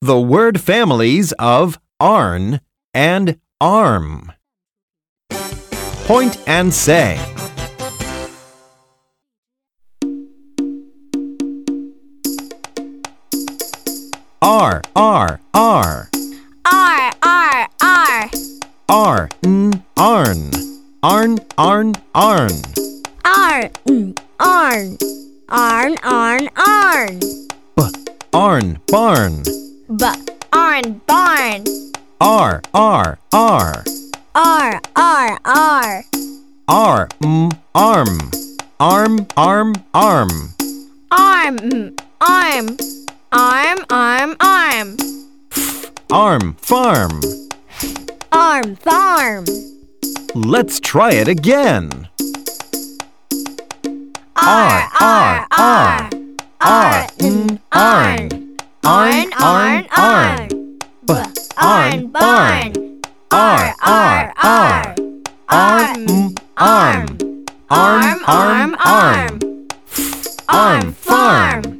The word families of arn and arm. Point and say. R, R, R, R R R R, N, arn. Arn, arn, arn. R mm, Arn Arn Arn Arn B, arn, barn. B Arn Barn R, R, R. R R R R, M, arm. Arm, arm, arm. Arm mm, Arm Arm Arm Arm Arm, farm. Arm Farm Let's try it again. R R R R, N, mm, arn. Arn, arn, arn. B, arn, barn. R, R, R. mm, Arm, arm. Arm, arm, arm. Arm, farm.